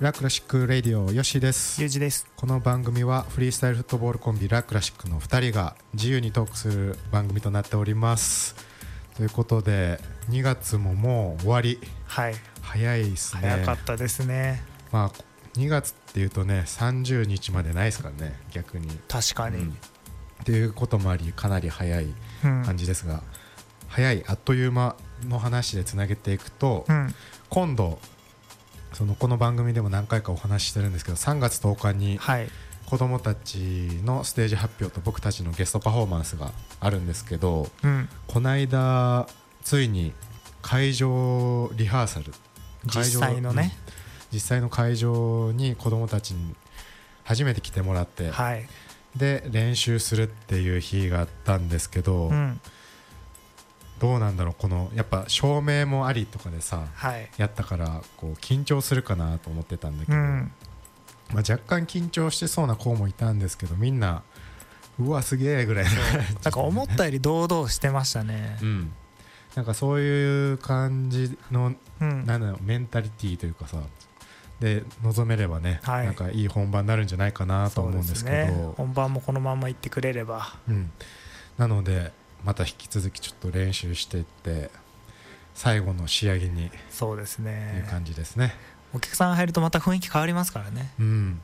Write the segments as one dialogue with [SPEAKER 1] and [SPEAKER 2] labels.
[SPEAKER 1] ラクラシックレディオ吉です
[SPEAKER 2] ゆうじです。
[SPEAKER 1] この番組はフリースタイルフットボールコンビラクラシックの2人が自由にトークする番組となっておりますということで2月ももう終わり
[SPEAKER 2] はい。
[SPEAKER 1] 早いですね
[SPEAKER 2] 早かったですね。
[SPEAKER 1] まあ、2月っていうとね30日までないですからね逆に
[SPEAKER 2] 確かに。
[SPEAKER 1] うんっていうこともありかなり早い
[SPEAKER 2] うん。
[SPEAKER 1] 感じですが、早いあっという間の話でつなげていくと、
[SPEAKER 2] うん。
[SPEAKER 1] 今度そのこの番組でも何回かお話ししてるんですけど3月10日に
[SPEAKER 2] はい。
[SPEAKER 1] 子どもたちのステージ発表と僕たちのゲストパフォーマンスがあるんですけど
[SPEAKER 2] うん。
[SPEAKER 1] この間ついに会場リハーサル会場
[SPEAKER 2] 実際のね。
[SPEAKER 1] 実際の会場に子どもたちに初めて来てもらって、
[SPEAKER 2] はい。
[SPEAKER 1] で練習するっていう日があったんですけど、
[SPEAKER 2] うん。
[SPEAKER 1] どうなんだろうこのやっぱ照明もありとかでさ
[SPEAKER 2] はい。
[SPEAKER 1] やったからこう緊張するかなと思ってたんだけ
[SPEAKER 2] う
[SPEAKER 1] ど、
[SPEAKER 2] ん。
[SPEAKER 1] まあ、若干緊張してそうな子もいたんですけどみんなうわすげえぐらいな
[SPEAKER 2] なんか思ったより堂々してましたね
[SPEAKER 1] う。ん、なんかそういう感じの
[SPEAKER 2] うん。
[SPEAKER 1] なんだろうメンタリティーというかさで望めればね、
[SPEAKER 2] はい
[SPEAKER 1] なんかいい本番になるんじゃないかなと
[SPEAKER 2] そ
[SPEAKER 1] 思うんですけど
[SPEAKER 2] 本番もこのまま行ってくれれば。
[SPEAKER 1] うん、なのでまた引き続きちょっと練習していって最後の仕上げに
[SPEAKER 2] そうです
[SPEAKER 1] という
[SPEAKER 2] ね。
[SPEAKER 1] 感じですね、
[SPEAKER 2] お客さん入るとまた雰囲気変わりますからね。
[SPEAKER 1] うん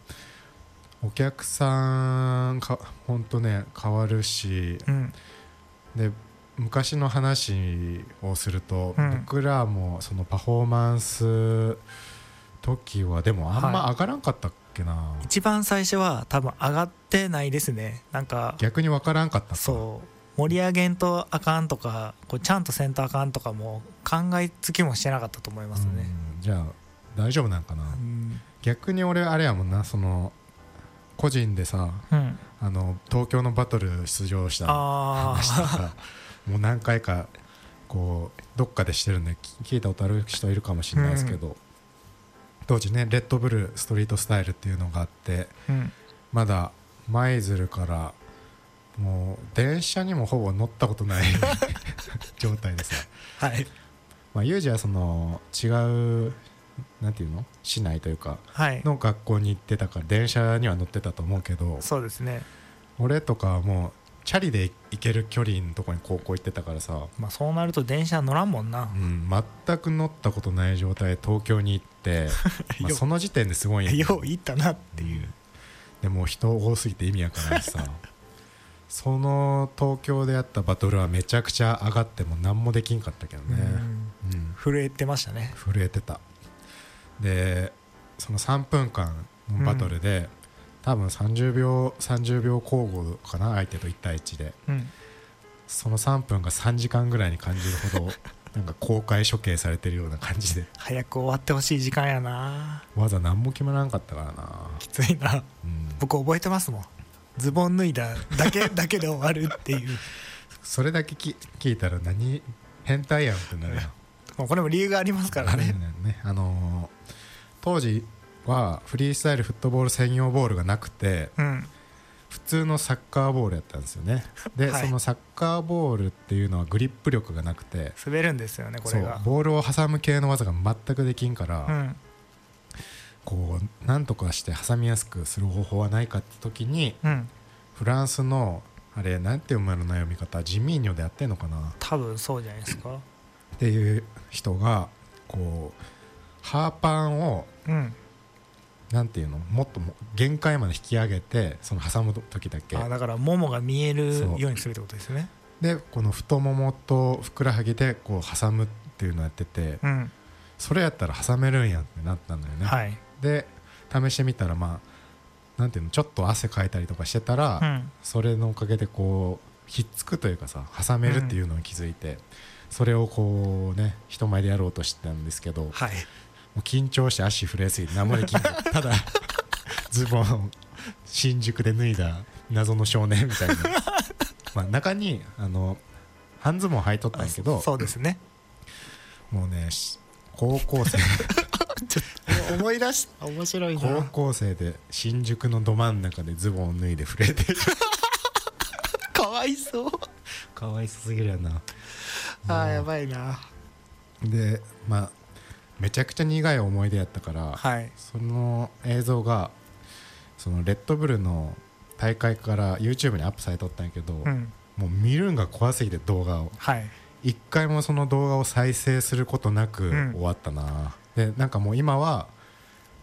[SPEAKER 1] お客さんかほんとね変わるし
[SPEAKER 2] うん。
[SPEAKER 1] で昔の話をすると、
[SPEAKER 2] うん
[SPEAKER 1] 僕らもそのパフォーマンス時はでもあんま上がらんかったっけな、
[SPEAKER 2] 一番最初は多分上がってないですね。なんか、
[SPEAKER 1] 逆に分からんかったか
[SPEAKER 2] そう。盛り上げんとあかんとか、こうちゃんとせんとあかんとかも考えつきもしてなかったと思いますね。
[SPEAKER 1] うんじゃあ大丈夫なんかな、
[SPEAKER 2] うん。
[SPEAKER 1] 逆に俺あれやもんなその個人でさ
[SPEAKER 2] うん。
[SPEAKER 1] あの東京のバトル出場した
[SPEAKER 2] あ
[SPEAKER 1] 話と かもう何回かこうどっかでしてるんでき聞いたことある人いるかもしれないですけど、当時ねレッドブルストリートスタイルっていうのがあって
[SPEAKER 2] あ、うん、
[SPEAKER 1] まだ舞鶴からもう電車にもほぼ乗ったこと ない状態でさ、
[SPEAKER 2] はい
[SPEAKER 1] まあ、ユージはその違うなんていうの市内というか
[SPEAKER 2] はい
[SPEAKER 1] の学校に行ってたから電車には乗ってたと思うけど
[SPEAKER 2] そうですね
[SPEAKER 1] 俺とかはもうチャリで行ける距離のとこに高校行ってたからさ、
[SPEAKER 2] まあそうなると電車乗らんもんな
[SPEAKER 1] う、ん、全く乗ったことない状態で東京に行って まあ
[SPEAKER 2] よ
[SPEAKER 1] その時点ですごいよ
[SPEAKER 2] よう行ったなっていう、
[SPEAKER 1] でもう人多すぎて意味わからないしさその東京でやったバトルはめちゃくちゃ上がっても何もできんかったけど
[SPEAKER 2] う
[SPEAKER 1] ね、
[SPEAKER 2] ん
[SPEAKER 1] うん、
[SPEAKER 2] 震えてましたね
[SPEAKER 1] 震えてたでその3分間のバトルで、多分30秒30秒交互かな相手と1対1で
[SPEAKER 2] うん
[SPEAKER 1] その3分が3時間ぐらいに感じるほどなんか公開処刑されてるような感じで
[SPEAKER 2] 早く終わってほしい時間やな
[SPEAKER 1] わざ何も決まらんかったからな、
[SPEAKER 2] きついな
[SPEAKER 1] うん、
[SPEAKER 2] 僕覚えてますもんズボン脱いだ だけだけで終わるっていう
[SPEAKER 1] それだけき聞いたら何変態やんってなるやん
[SPEAKER 2] もうこれも理由がありますから
[SPEAKER 1] あれだ
[SPEAKER 2] ね
[SPEAKER 1] よねあのー当時はフリースタイルフットボール専用ボールがなくて
[SPEAKER 2] うん
[SPEAKER 1] 普通のサッカーボールやったんですよねで、
[SPEAKER 2] はい
[SPEAKER 1] そのサッカーボールっていうのはグリップ力がなくて
[SPEAKER 2] 滑るんですよねこれが
[SPEAKER 1] そうボールを挟む系の技が全くできんから、
[SPEAKER 2] うん
[SPEAKER 1] こうなんとかして挟みやすくする方法はないかって時に
[SPEAKER 2] うん
[SPEAKER 1] フランスのあれなんて読むの読み方ジミーニョでやってんのかな
[SPEAKER 2] 多分そうじゃないですか
[SPEAKER 1] っていう人がこうハーパンを
[SPEAKER 2] うん
[SPEAKER 1] なんていうのもっとも限界まで引き上げてその挟む時だけ
[SPEAKER 2] あだからももが見える
[SPEAKER 1] そう
[SPEAKER 2] ようにするってことですね
[SPEAKER 1] でこの太ももとふくらはぎでこう挟むっていうのやってて
[SPEAKER 2] うん
[SPEAKER 1] それやったら挟めるんやってなったんだよね、
[SPEAKER 2] はい
[SPEAKER 1] で試してみたらまあなんていうのちょっと汗かいたりとかしてたら、
[SPEAKER 2] うん
[SPEAKER 1] それのおかげでこうひっつくというかさ挟めるっていうのに気づいて、それをこうね人前でやろうとしてたんですけども
[SPEAKER 2] はいう
[SPEAKER 1] 緊張して足震えすぎて何もできないた だズボンを新宿で脱いだ謎の少年み たいなまあ中にあの半ズボン履いとったんやけど
[SPEAKER 2] そうですね
[SPEAKER 1] もうねし高校 生
[SPEAKER 2] 思い出し面白い
[SPEAKER 1] 高校生で新宿のど真ん中でズボンを脱いで触れてる
[SPEAKER 2] かわいそう
[SPEAKER 1] かわいそすぎるやな
[SPEAKER 2] あーやばいな
[SPEAKER 1] でまあめちゃくちゃ苦い思い出やったから、
[SPEAKER 2] はい
[SPEAKER 1] その映像がそのレッドブルの大会から YouTube にアップされとったんやけど、
[SPEAKER 2] うん
[SPEAKER 1] もう見るんが怖すぎて動画を
[SPEAKER 2] はい
[SPEAKER 1] 一回もその動画を再生することなく
[SPEAKER 2] うん
[SPEAKER 1] 終わったな、でなんかもう今は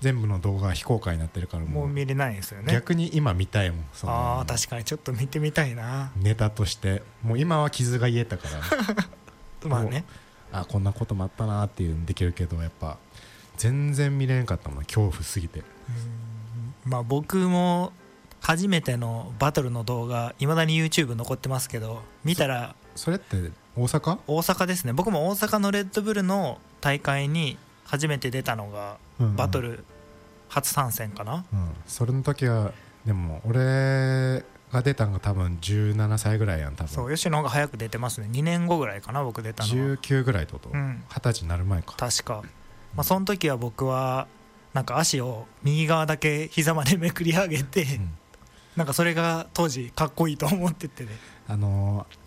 [SPEAKER 1] 全部の動画が非公開になってるからも
[SPEAKER 2] もう
[SPEAKER 1] う
[SPEAKER 2] 見れないですよね
[SPEAKER 1] 逆に今見たいもんその
[SPEAKER 2] ああ確かにちょっと見てみたいな
[SPEAKER 1] ネタとしてもう今は傷が癒えたから
[SPEAKER 2] まあね
[SPEAKER 1] あこんなこともあったなっていうのできるけどやっぱ全然見れんかったもん恐怖すぎて
[SPEAKER 2] まあ僕も初めてのバトルの動画いまだに YouTube 残ってますけど見たら
[SPEAKER 1] それって大阪
[SPEAKER 2] 大阪ですね僕も大阪のレッドブルの大会に初めて出たのが
[SPEAKER 1] うんうん
[SPEAKER 2] バトル初参戦かな、
[SPEAKER 1] うんそれの時はでも俺が出たんが多分17歳ぐらいやん多
[SPEAKER 2] そう
[SPEAKER 1] 分
[SPEAKER 2] 吉野が早く出てますね2年後ぐらいかな僕出たのは
[SPEAKER 1] 19ぐらいってこと
[SPEAKER 2] う
[SPEAKER 1] 二十、
[SPEAKER 2] ん
[SPEAKER 1] 歳になる前か
[SPEAKER 2] 確か、まあ、その時は僕はなんか足を右側だけ膝までめくり上げて、
[SPEAKER 1] ん
[SPEAKER 2] なんかそれが当時かっこいいと思っててね
[SPEAKER 1] あのー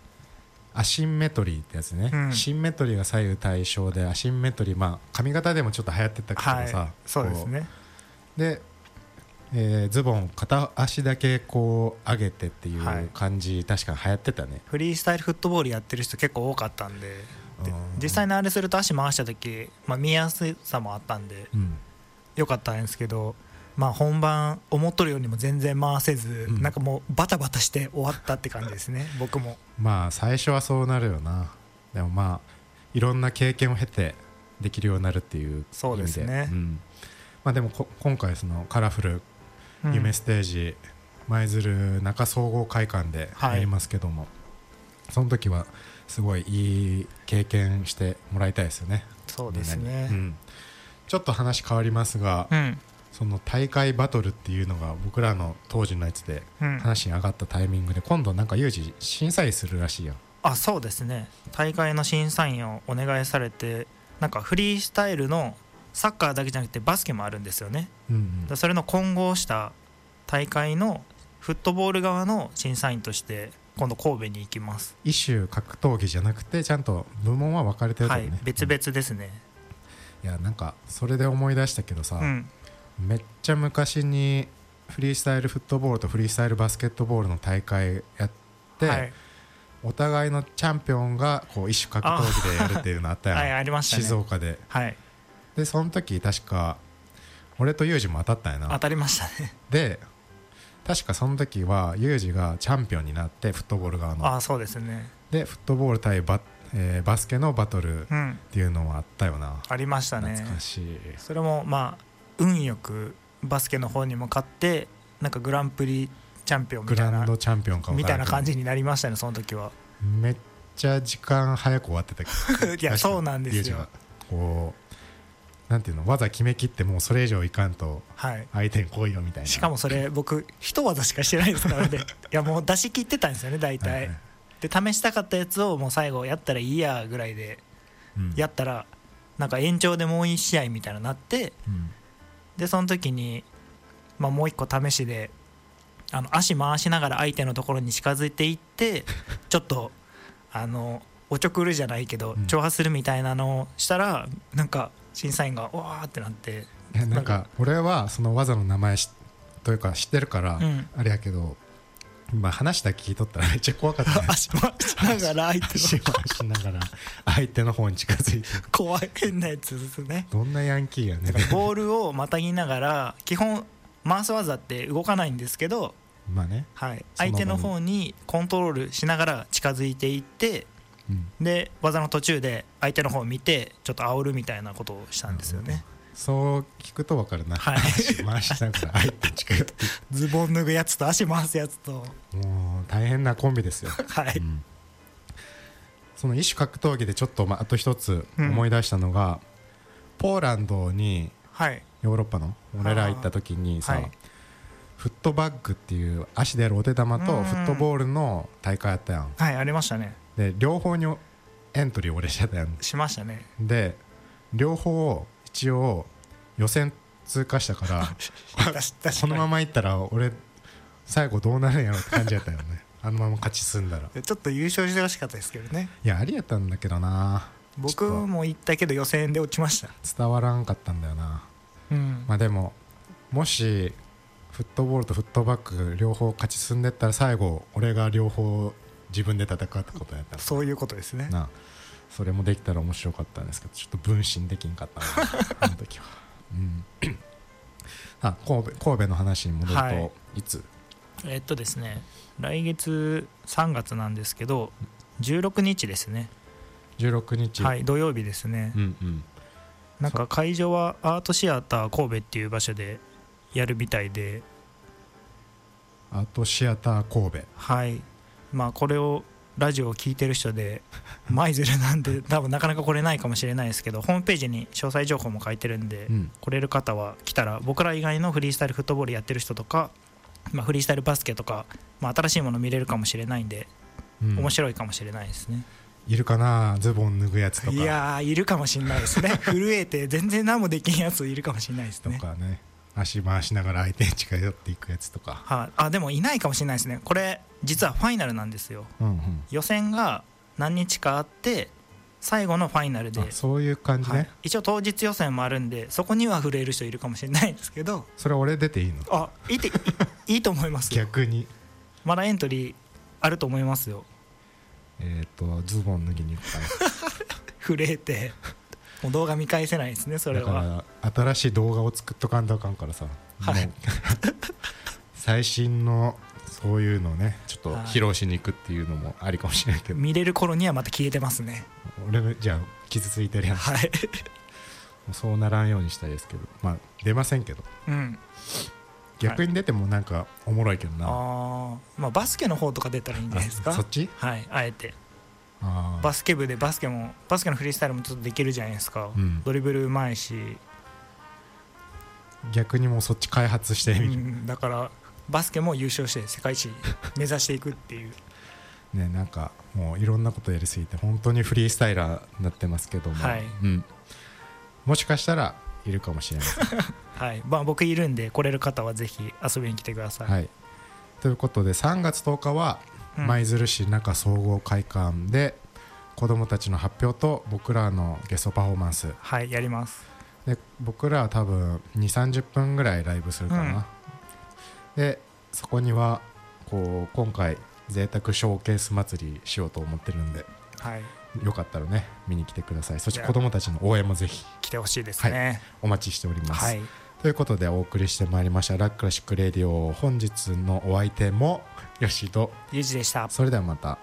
[SPEAKER 1] アシンメトリーってやつね、
[SPEAKER 2] うん
[SPEAKER 1] シンメトリーが左右対称でアシンメトリーまあ髪型でもちょっと流行ってたけどさ、
[SPEAKER 2] はいそうですね
[SPEAKER 1] で、えーズボン片足だけこう上げてってい
[SPEAKER 2] はいう
[SPEAKER 1] 感じ、確かに流行ってたね
[SPEAKER 2] フリースタイルフットボールやってる人結構多かったんでで
[SPEAKER 1] うん
[SPEAKER 2] 実際にあれすると足回した時、まあ、見やすさもあったんで
[SPEAKER 1] うん
[SPEAKER 2] 良かったんですけど、まあ、本番思っとるよりも全然回せず、
[SPEAKER 1] うん
[SPEAKER 2] なんかもうバタバタして終わったって感じですね僕も
[SPEAKER 1] まあ最初はそうなるよなでもまあいろんな経験を経てできるようになるっていう意味で
[SPEAKER 2] そうですね
[SPEAKER 1] んまあ、でもこ今回そのカラフル
[SPEAKER 2] うん
[SPEAKER 1] 夢ステージ舞鶴中総合会館で
[SPEAKER 2] はい
[SPEAKER 1] やりますけども、その時はすごいいい経験してもらいたいですよね
[SPEAKER 2] そうです
[SPEAKER 1] みんなにう
[SPEAKER 2] ね
[SPEAKER 1] んちょっと話変わりますが、
[SPEAKER 2] うん
[SPEAKER 1] その大会バトルっていうのが僕らの当時のやつで
[SPEAKER 2] うん、
[SPEAKER 1] 話に上がったタイミングで今度なんかユージ審査員するらしいよ
[SPEAKER 2] あそうですね大会の審査員をお願いされてなんかフリースタイルのサッカーだけじゃなくてバスケもあるんですよね
[SPEAKER 1] うんうん
[SPEAKER 2] でそれの混合した大会のフットボール側の審査員として今度神戸に行きます、
[SPEAKER 1] 一種格闘技じゃなくてちゃんと部門は分かれてると
[SPEAKER 2] は
[SPEAKER 1] ね、
[SPEAKER 2] い別々ですね
[SPEAKER 1] いやなんかそれで思い出したけどさ、
[SPEAKER 2] うん
[SPEAKER 1] めっちゃ昔にフリースタイルフットボールとフリースタイルバスケットボールの大会やって、
[SPEAKER 2] はい、
[SPEAKER 1] お互いのチャンピオンがこう一種格闘技でやるっていうのあったやん、
[SPEAKER 2] はい、ありましたね
[SPEAKER 1] 静岡で
[SPEAKER 2] はい
[SPEAKER 1] でその時確か俺とユージも当たったんやな
[SPEAKER 2] 当たりましたね
[SPEAKER 1] で確かその時はユージがチャンピオンになってフットボール側の
[SPEAKER 2] あそうですね
[SPEAKER 1] でフットボール対バ,、えーバスケのバトルっ
[SPEAKER 2] うん
[SPEAKER 1] ていうのはあったよな、
[SPEAKER 2] ありましたね
[SPEAKER 1] 懐かしい
[SPEAKER 2] それもまあ運よくバスケの方にも勝ってなんかグランプリチャンピオン
[SPEAKER 1] グ
[SPEAKER 2] みたい
[SPEAKER 1] ラン
[SPEAKER 2] な
[SPEAKER 1] ドチャンピオンか分
[SPEAKER 2] み
[SPEAKER 1] か
[SPEAKER 2] た
[SPEAKER 1] ら
[SPEAKER 2] い
[SPEAKER 1] ん
[SPEAKER 2] な
[SPEAKER 1] けど
[SPEAKER 2] 感じになりましたねその時 は
[SPEAKER 1] めっちゃ時間早く終わってたけど
[SPEAKER 2] いやそうなんですよ
[SPEAKER 1] ユージはこうなんていうの技決めきってもうそれ以上いかんと
[SPEAKER 2] はい
[SPEAKER 1] 相手に来いよみたいな
[SPEAKER 2] しかもそれ僕一技しかしてないですか らねいやもう出し切ってたんですよね大
[SPEAKER 1] はい
[SPEAKER 2] 体
[SPEAKER 1] はい
[SPEAKER 2] で試したかったやつをもう最後やったらいいやぐらいで
[SPEAKER 1] うん
[SPEAKER 2] やったらなんか延長でもう1試合みたいなのなって
[SPEAKER 1] うん
[SPEAKER 2] でその時に、まあ、もう一個試しであの足回しながら相手のところに近づいていって ちょっとあのおちょくるじゃないけど
[SPEAKER 1] うん
[SPEAKER 2] 挑発するみたいなのをしたらなんか審査員が「わー」ってなって、
[SPEAKER 1] いやなん
[SPEAKER 2] なん
[SPEAKER 1] か俺はその技の名前しというか知ってるから、
[SPEAKER 2] うん、
[SPEAKER 1] あれやけどまあ話だけ聞いとったら めっちゃ怖か ったね
[SPEAKER 2] 足回しながら相手
[SPEAKER 1] 足
[SPEAKER 2] の
[SPEAKER 1] 回しながら相手の方に近づいて
[SPEAKER 2] 怖い変なやつですね。
[SPEAKER 1] どんなヤンキーやね
[SPEAKER 2] だからボールをまたぎながら基本回す技って動かないんですけど、
[SPEAKER 1] まあね、
[SPEAKER 2] はい、
[SPEAKER 1] その場
[SPEAKER 2] 相
[SPEAKER 1] に
[SPEAKER 2] 手の方にコントロールしながら近づいていって
[SPEAKER 1] うん
[SPEAKER 2] で技の途中で相手の方を見てちょっと煽るみたいなことをしたんですよね、
[SPEAKER 1] そう聞くと分かるな、
[SPEAKER 2] はい
[SPEAKER 1] 足回しながら相手に近寄って
[SPEAKER 2] ズボン脱ぐやつと足回すやつと
[SPEAKER 1] もう大変なコンビですよ、
[SPEAKER 2] はい、
[SPEAKER 1] うんその異種格闘技でちょっと、まあ、あと一つ
[SPEAKER 2] うん
[SPEAKER 1] 思い出したのが、ポーランドに
[SPEAKER 2] はい
[SPEAKER 1] ヨーロッパの俺ら行った時にさ、
[SPEAKER 2] はい
[SPEAKER 1] フットバッグっていう足でやるお手玉
[SPEAKER 2] う
[SPEAKER 1] と
[SPEAKER 2] ん
[SPEAKER 1] フットボールの大会あったやん
[SPEAKER 2] はいありましたね
[SPEAKER 1] で両方にエントリー俺してたやん
[SPEAKER 2] しましたね
[SPEAKER 1] で両方を一応予選通過したからこのまま行ったら俺最後どうなるんやろって感じや ったよねあのまま勝ち進んだら
[SPEAKER 2] まちょっと優勝してほしかったですけどね
[SPEAKER 1] いやありやったんだけどな
[SPEAKER 2] 僕も行ったけど予選で落ちました
[SPEAKER 1] 伝わらんかったんだよな
[SPEAKER 2] うん
[SPEAKER 1] まあでももしフットボールとフットバック両方勝ち進んでったら最後俺が両方自分で戦ったことやったら
[SPEAKER 2] そういうことですね
[SPEAKER 1] なそれもできたら面白かったんですけどちょっと分身できんか ったなあの時は、うん、 あ神戸神戸の話に戻ると、、
[SPEAKER 2] はい
[SPEAKER 1] つ
[SPEAKER 2] えっとですね来月3月なんですけど16日ですね
[SPEAKER 1] 16日、
[SPEAKER 2] はい土曜日ですね
[SPEAKER 1] うんうん
[SPEAKER 2] なんか会場はアートシアター神戸っていう場所でやるみたいで
[SPEAKER 1] あとシアター神戸
[SPEAKER 2] はいまあこれをラジオを聞いてる人 で舞鶴なんで多分なかなか来れないかもしれないですけどホームページに詳細情報も書いてるんで
[SPEAKER 1] うん
[SPEAKER 2] 来れる方は来たら僕ら以外のフリースタイルフットボールやってる人とか、まあ、フリースタイルバスケとか、まあ、新しいもの見れるかもしれないんで
[SPEAKER 1] うん
[SPEAKER 2] 面白いかもしれないですね、
[SPEAKER 1] いるかなズボン脱ぐやつとか
[SPEAKER 2] いやーいるかもしれない ですね震えて全然何もできんやついるかもしれないです
[SPEAKER 1] と
[SPEAKER 2] ね
[SPEAKER 1] かね足回しながら相手に近寄っていくやつとか
[SPEAKER 2] はい、あでもいないかもしれないですねこれ実はファイナルなんですよ
[SPEAKER 1] うんうん
[SPEAKER 2] 予選が何日かあって最後のファイナルで
[SPEAKER 1] あ、そういう感じね、
[SPEAKER 2] はい一応当日予選もあるんでそこには震える人いるかもしれないですけど
[SPEAKER 1] それ俺出ていいの
[SPEAKER 2] あいてい いいと思いますよ
[SPEAKER 1] 逆に
[SPEAKER 2] まだエントリーあると思いますよ
[SPEAKER 1] えっ、とズボン脱ぎに行くから
[SPEAKER 2] 震えてもう動画見返せないですね それ
[SPEAKER 1] だか
[SPEAKER 2] は
[SPEAKER 1] ら新しい動画を作っとかんとあかんからさ、
[SPEAKER 2] はい
[SPEAKER 1] もう最新のそういうのをねちょっと
[SPEAKER 2] はい
[SPEAKER 1] 披露しに行くっていうのもありかもしれないけど、
[SPEAKER 2] 見れる頃にはまた消えてますね
[SPEAKER 1] 俺のじゃあ傷ついてるやん
[SPEAKER 2] はい
[SPEAKER 1] そうならんようにしたいですけどまあ出ませんけど
[SPEAKER 2] うん
[SPEAKER 1] 逆に出てもなんかおもろいけどな、
[SPEAKER 2] ああまあバスケの方とか出たらいいんじゃないです
[SPEAKER 1] あそ
[SPEAKER 2] か
[SPEAKER 1] っち
[SPEAKER 2] はいあえて
[SPEAKER 1] あー
[SPEAKER 2] バスケ部でバスケもバスケのフリースタイルもちょっとできるじゃないですか、
[SPEAKER 1] うん
[SPEAKER 2] ドリブルうまいし、
[SPEAKER 1] 逆にもうそっち開発してみる、
[SPEAKER 2] うんだからバスケも優勝して世界一目指していくっていう
[SPEAKER 1] ねなんかもういろんなことやりすぎて本当にフリースタイラーになってますけども、
[SPEAKER 2] はい
[SPEAKER 1] うん、もしかしたらいるかもしれない
[SPEAKER 2] はいまあ僕いるんで来れる方はぜひ遊びに来てください、
[SPEAKER 1] はい、ということで3月10日は
[SPEAKER 2] うん
[SPEAKER 1] 舞鶴市中総合会館で子どもたちの発表と僕らのゲストパフォーマンス
[SPEAKER 2] はいやります
[SPEAKER 1] で僕らは多分2 3 0分ぐらいライブするかな、でそこにはこう今回贅沢ショーケース祭りしようと思ってるんで
[SPEAKER 2] はい
[SPEAKER 1] よかったらね見に来てくださいそして
[SPEAKER 2] いや
[SPEAKER 1] 子どもたちの応援もぜひ
[SPEAKER 2] 来てほしいですね
[SPEAKER 1] お待ちしております、
[SPEAKER 2] はい、
[SPEAKER 1] ということでお送りしてまいりました「ラックラシックレディオ」本日のお相手もよしと
[SPEAKER 2] ゆうじでした
[SPEAKER 1] それではまた。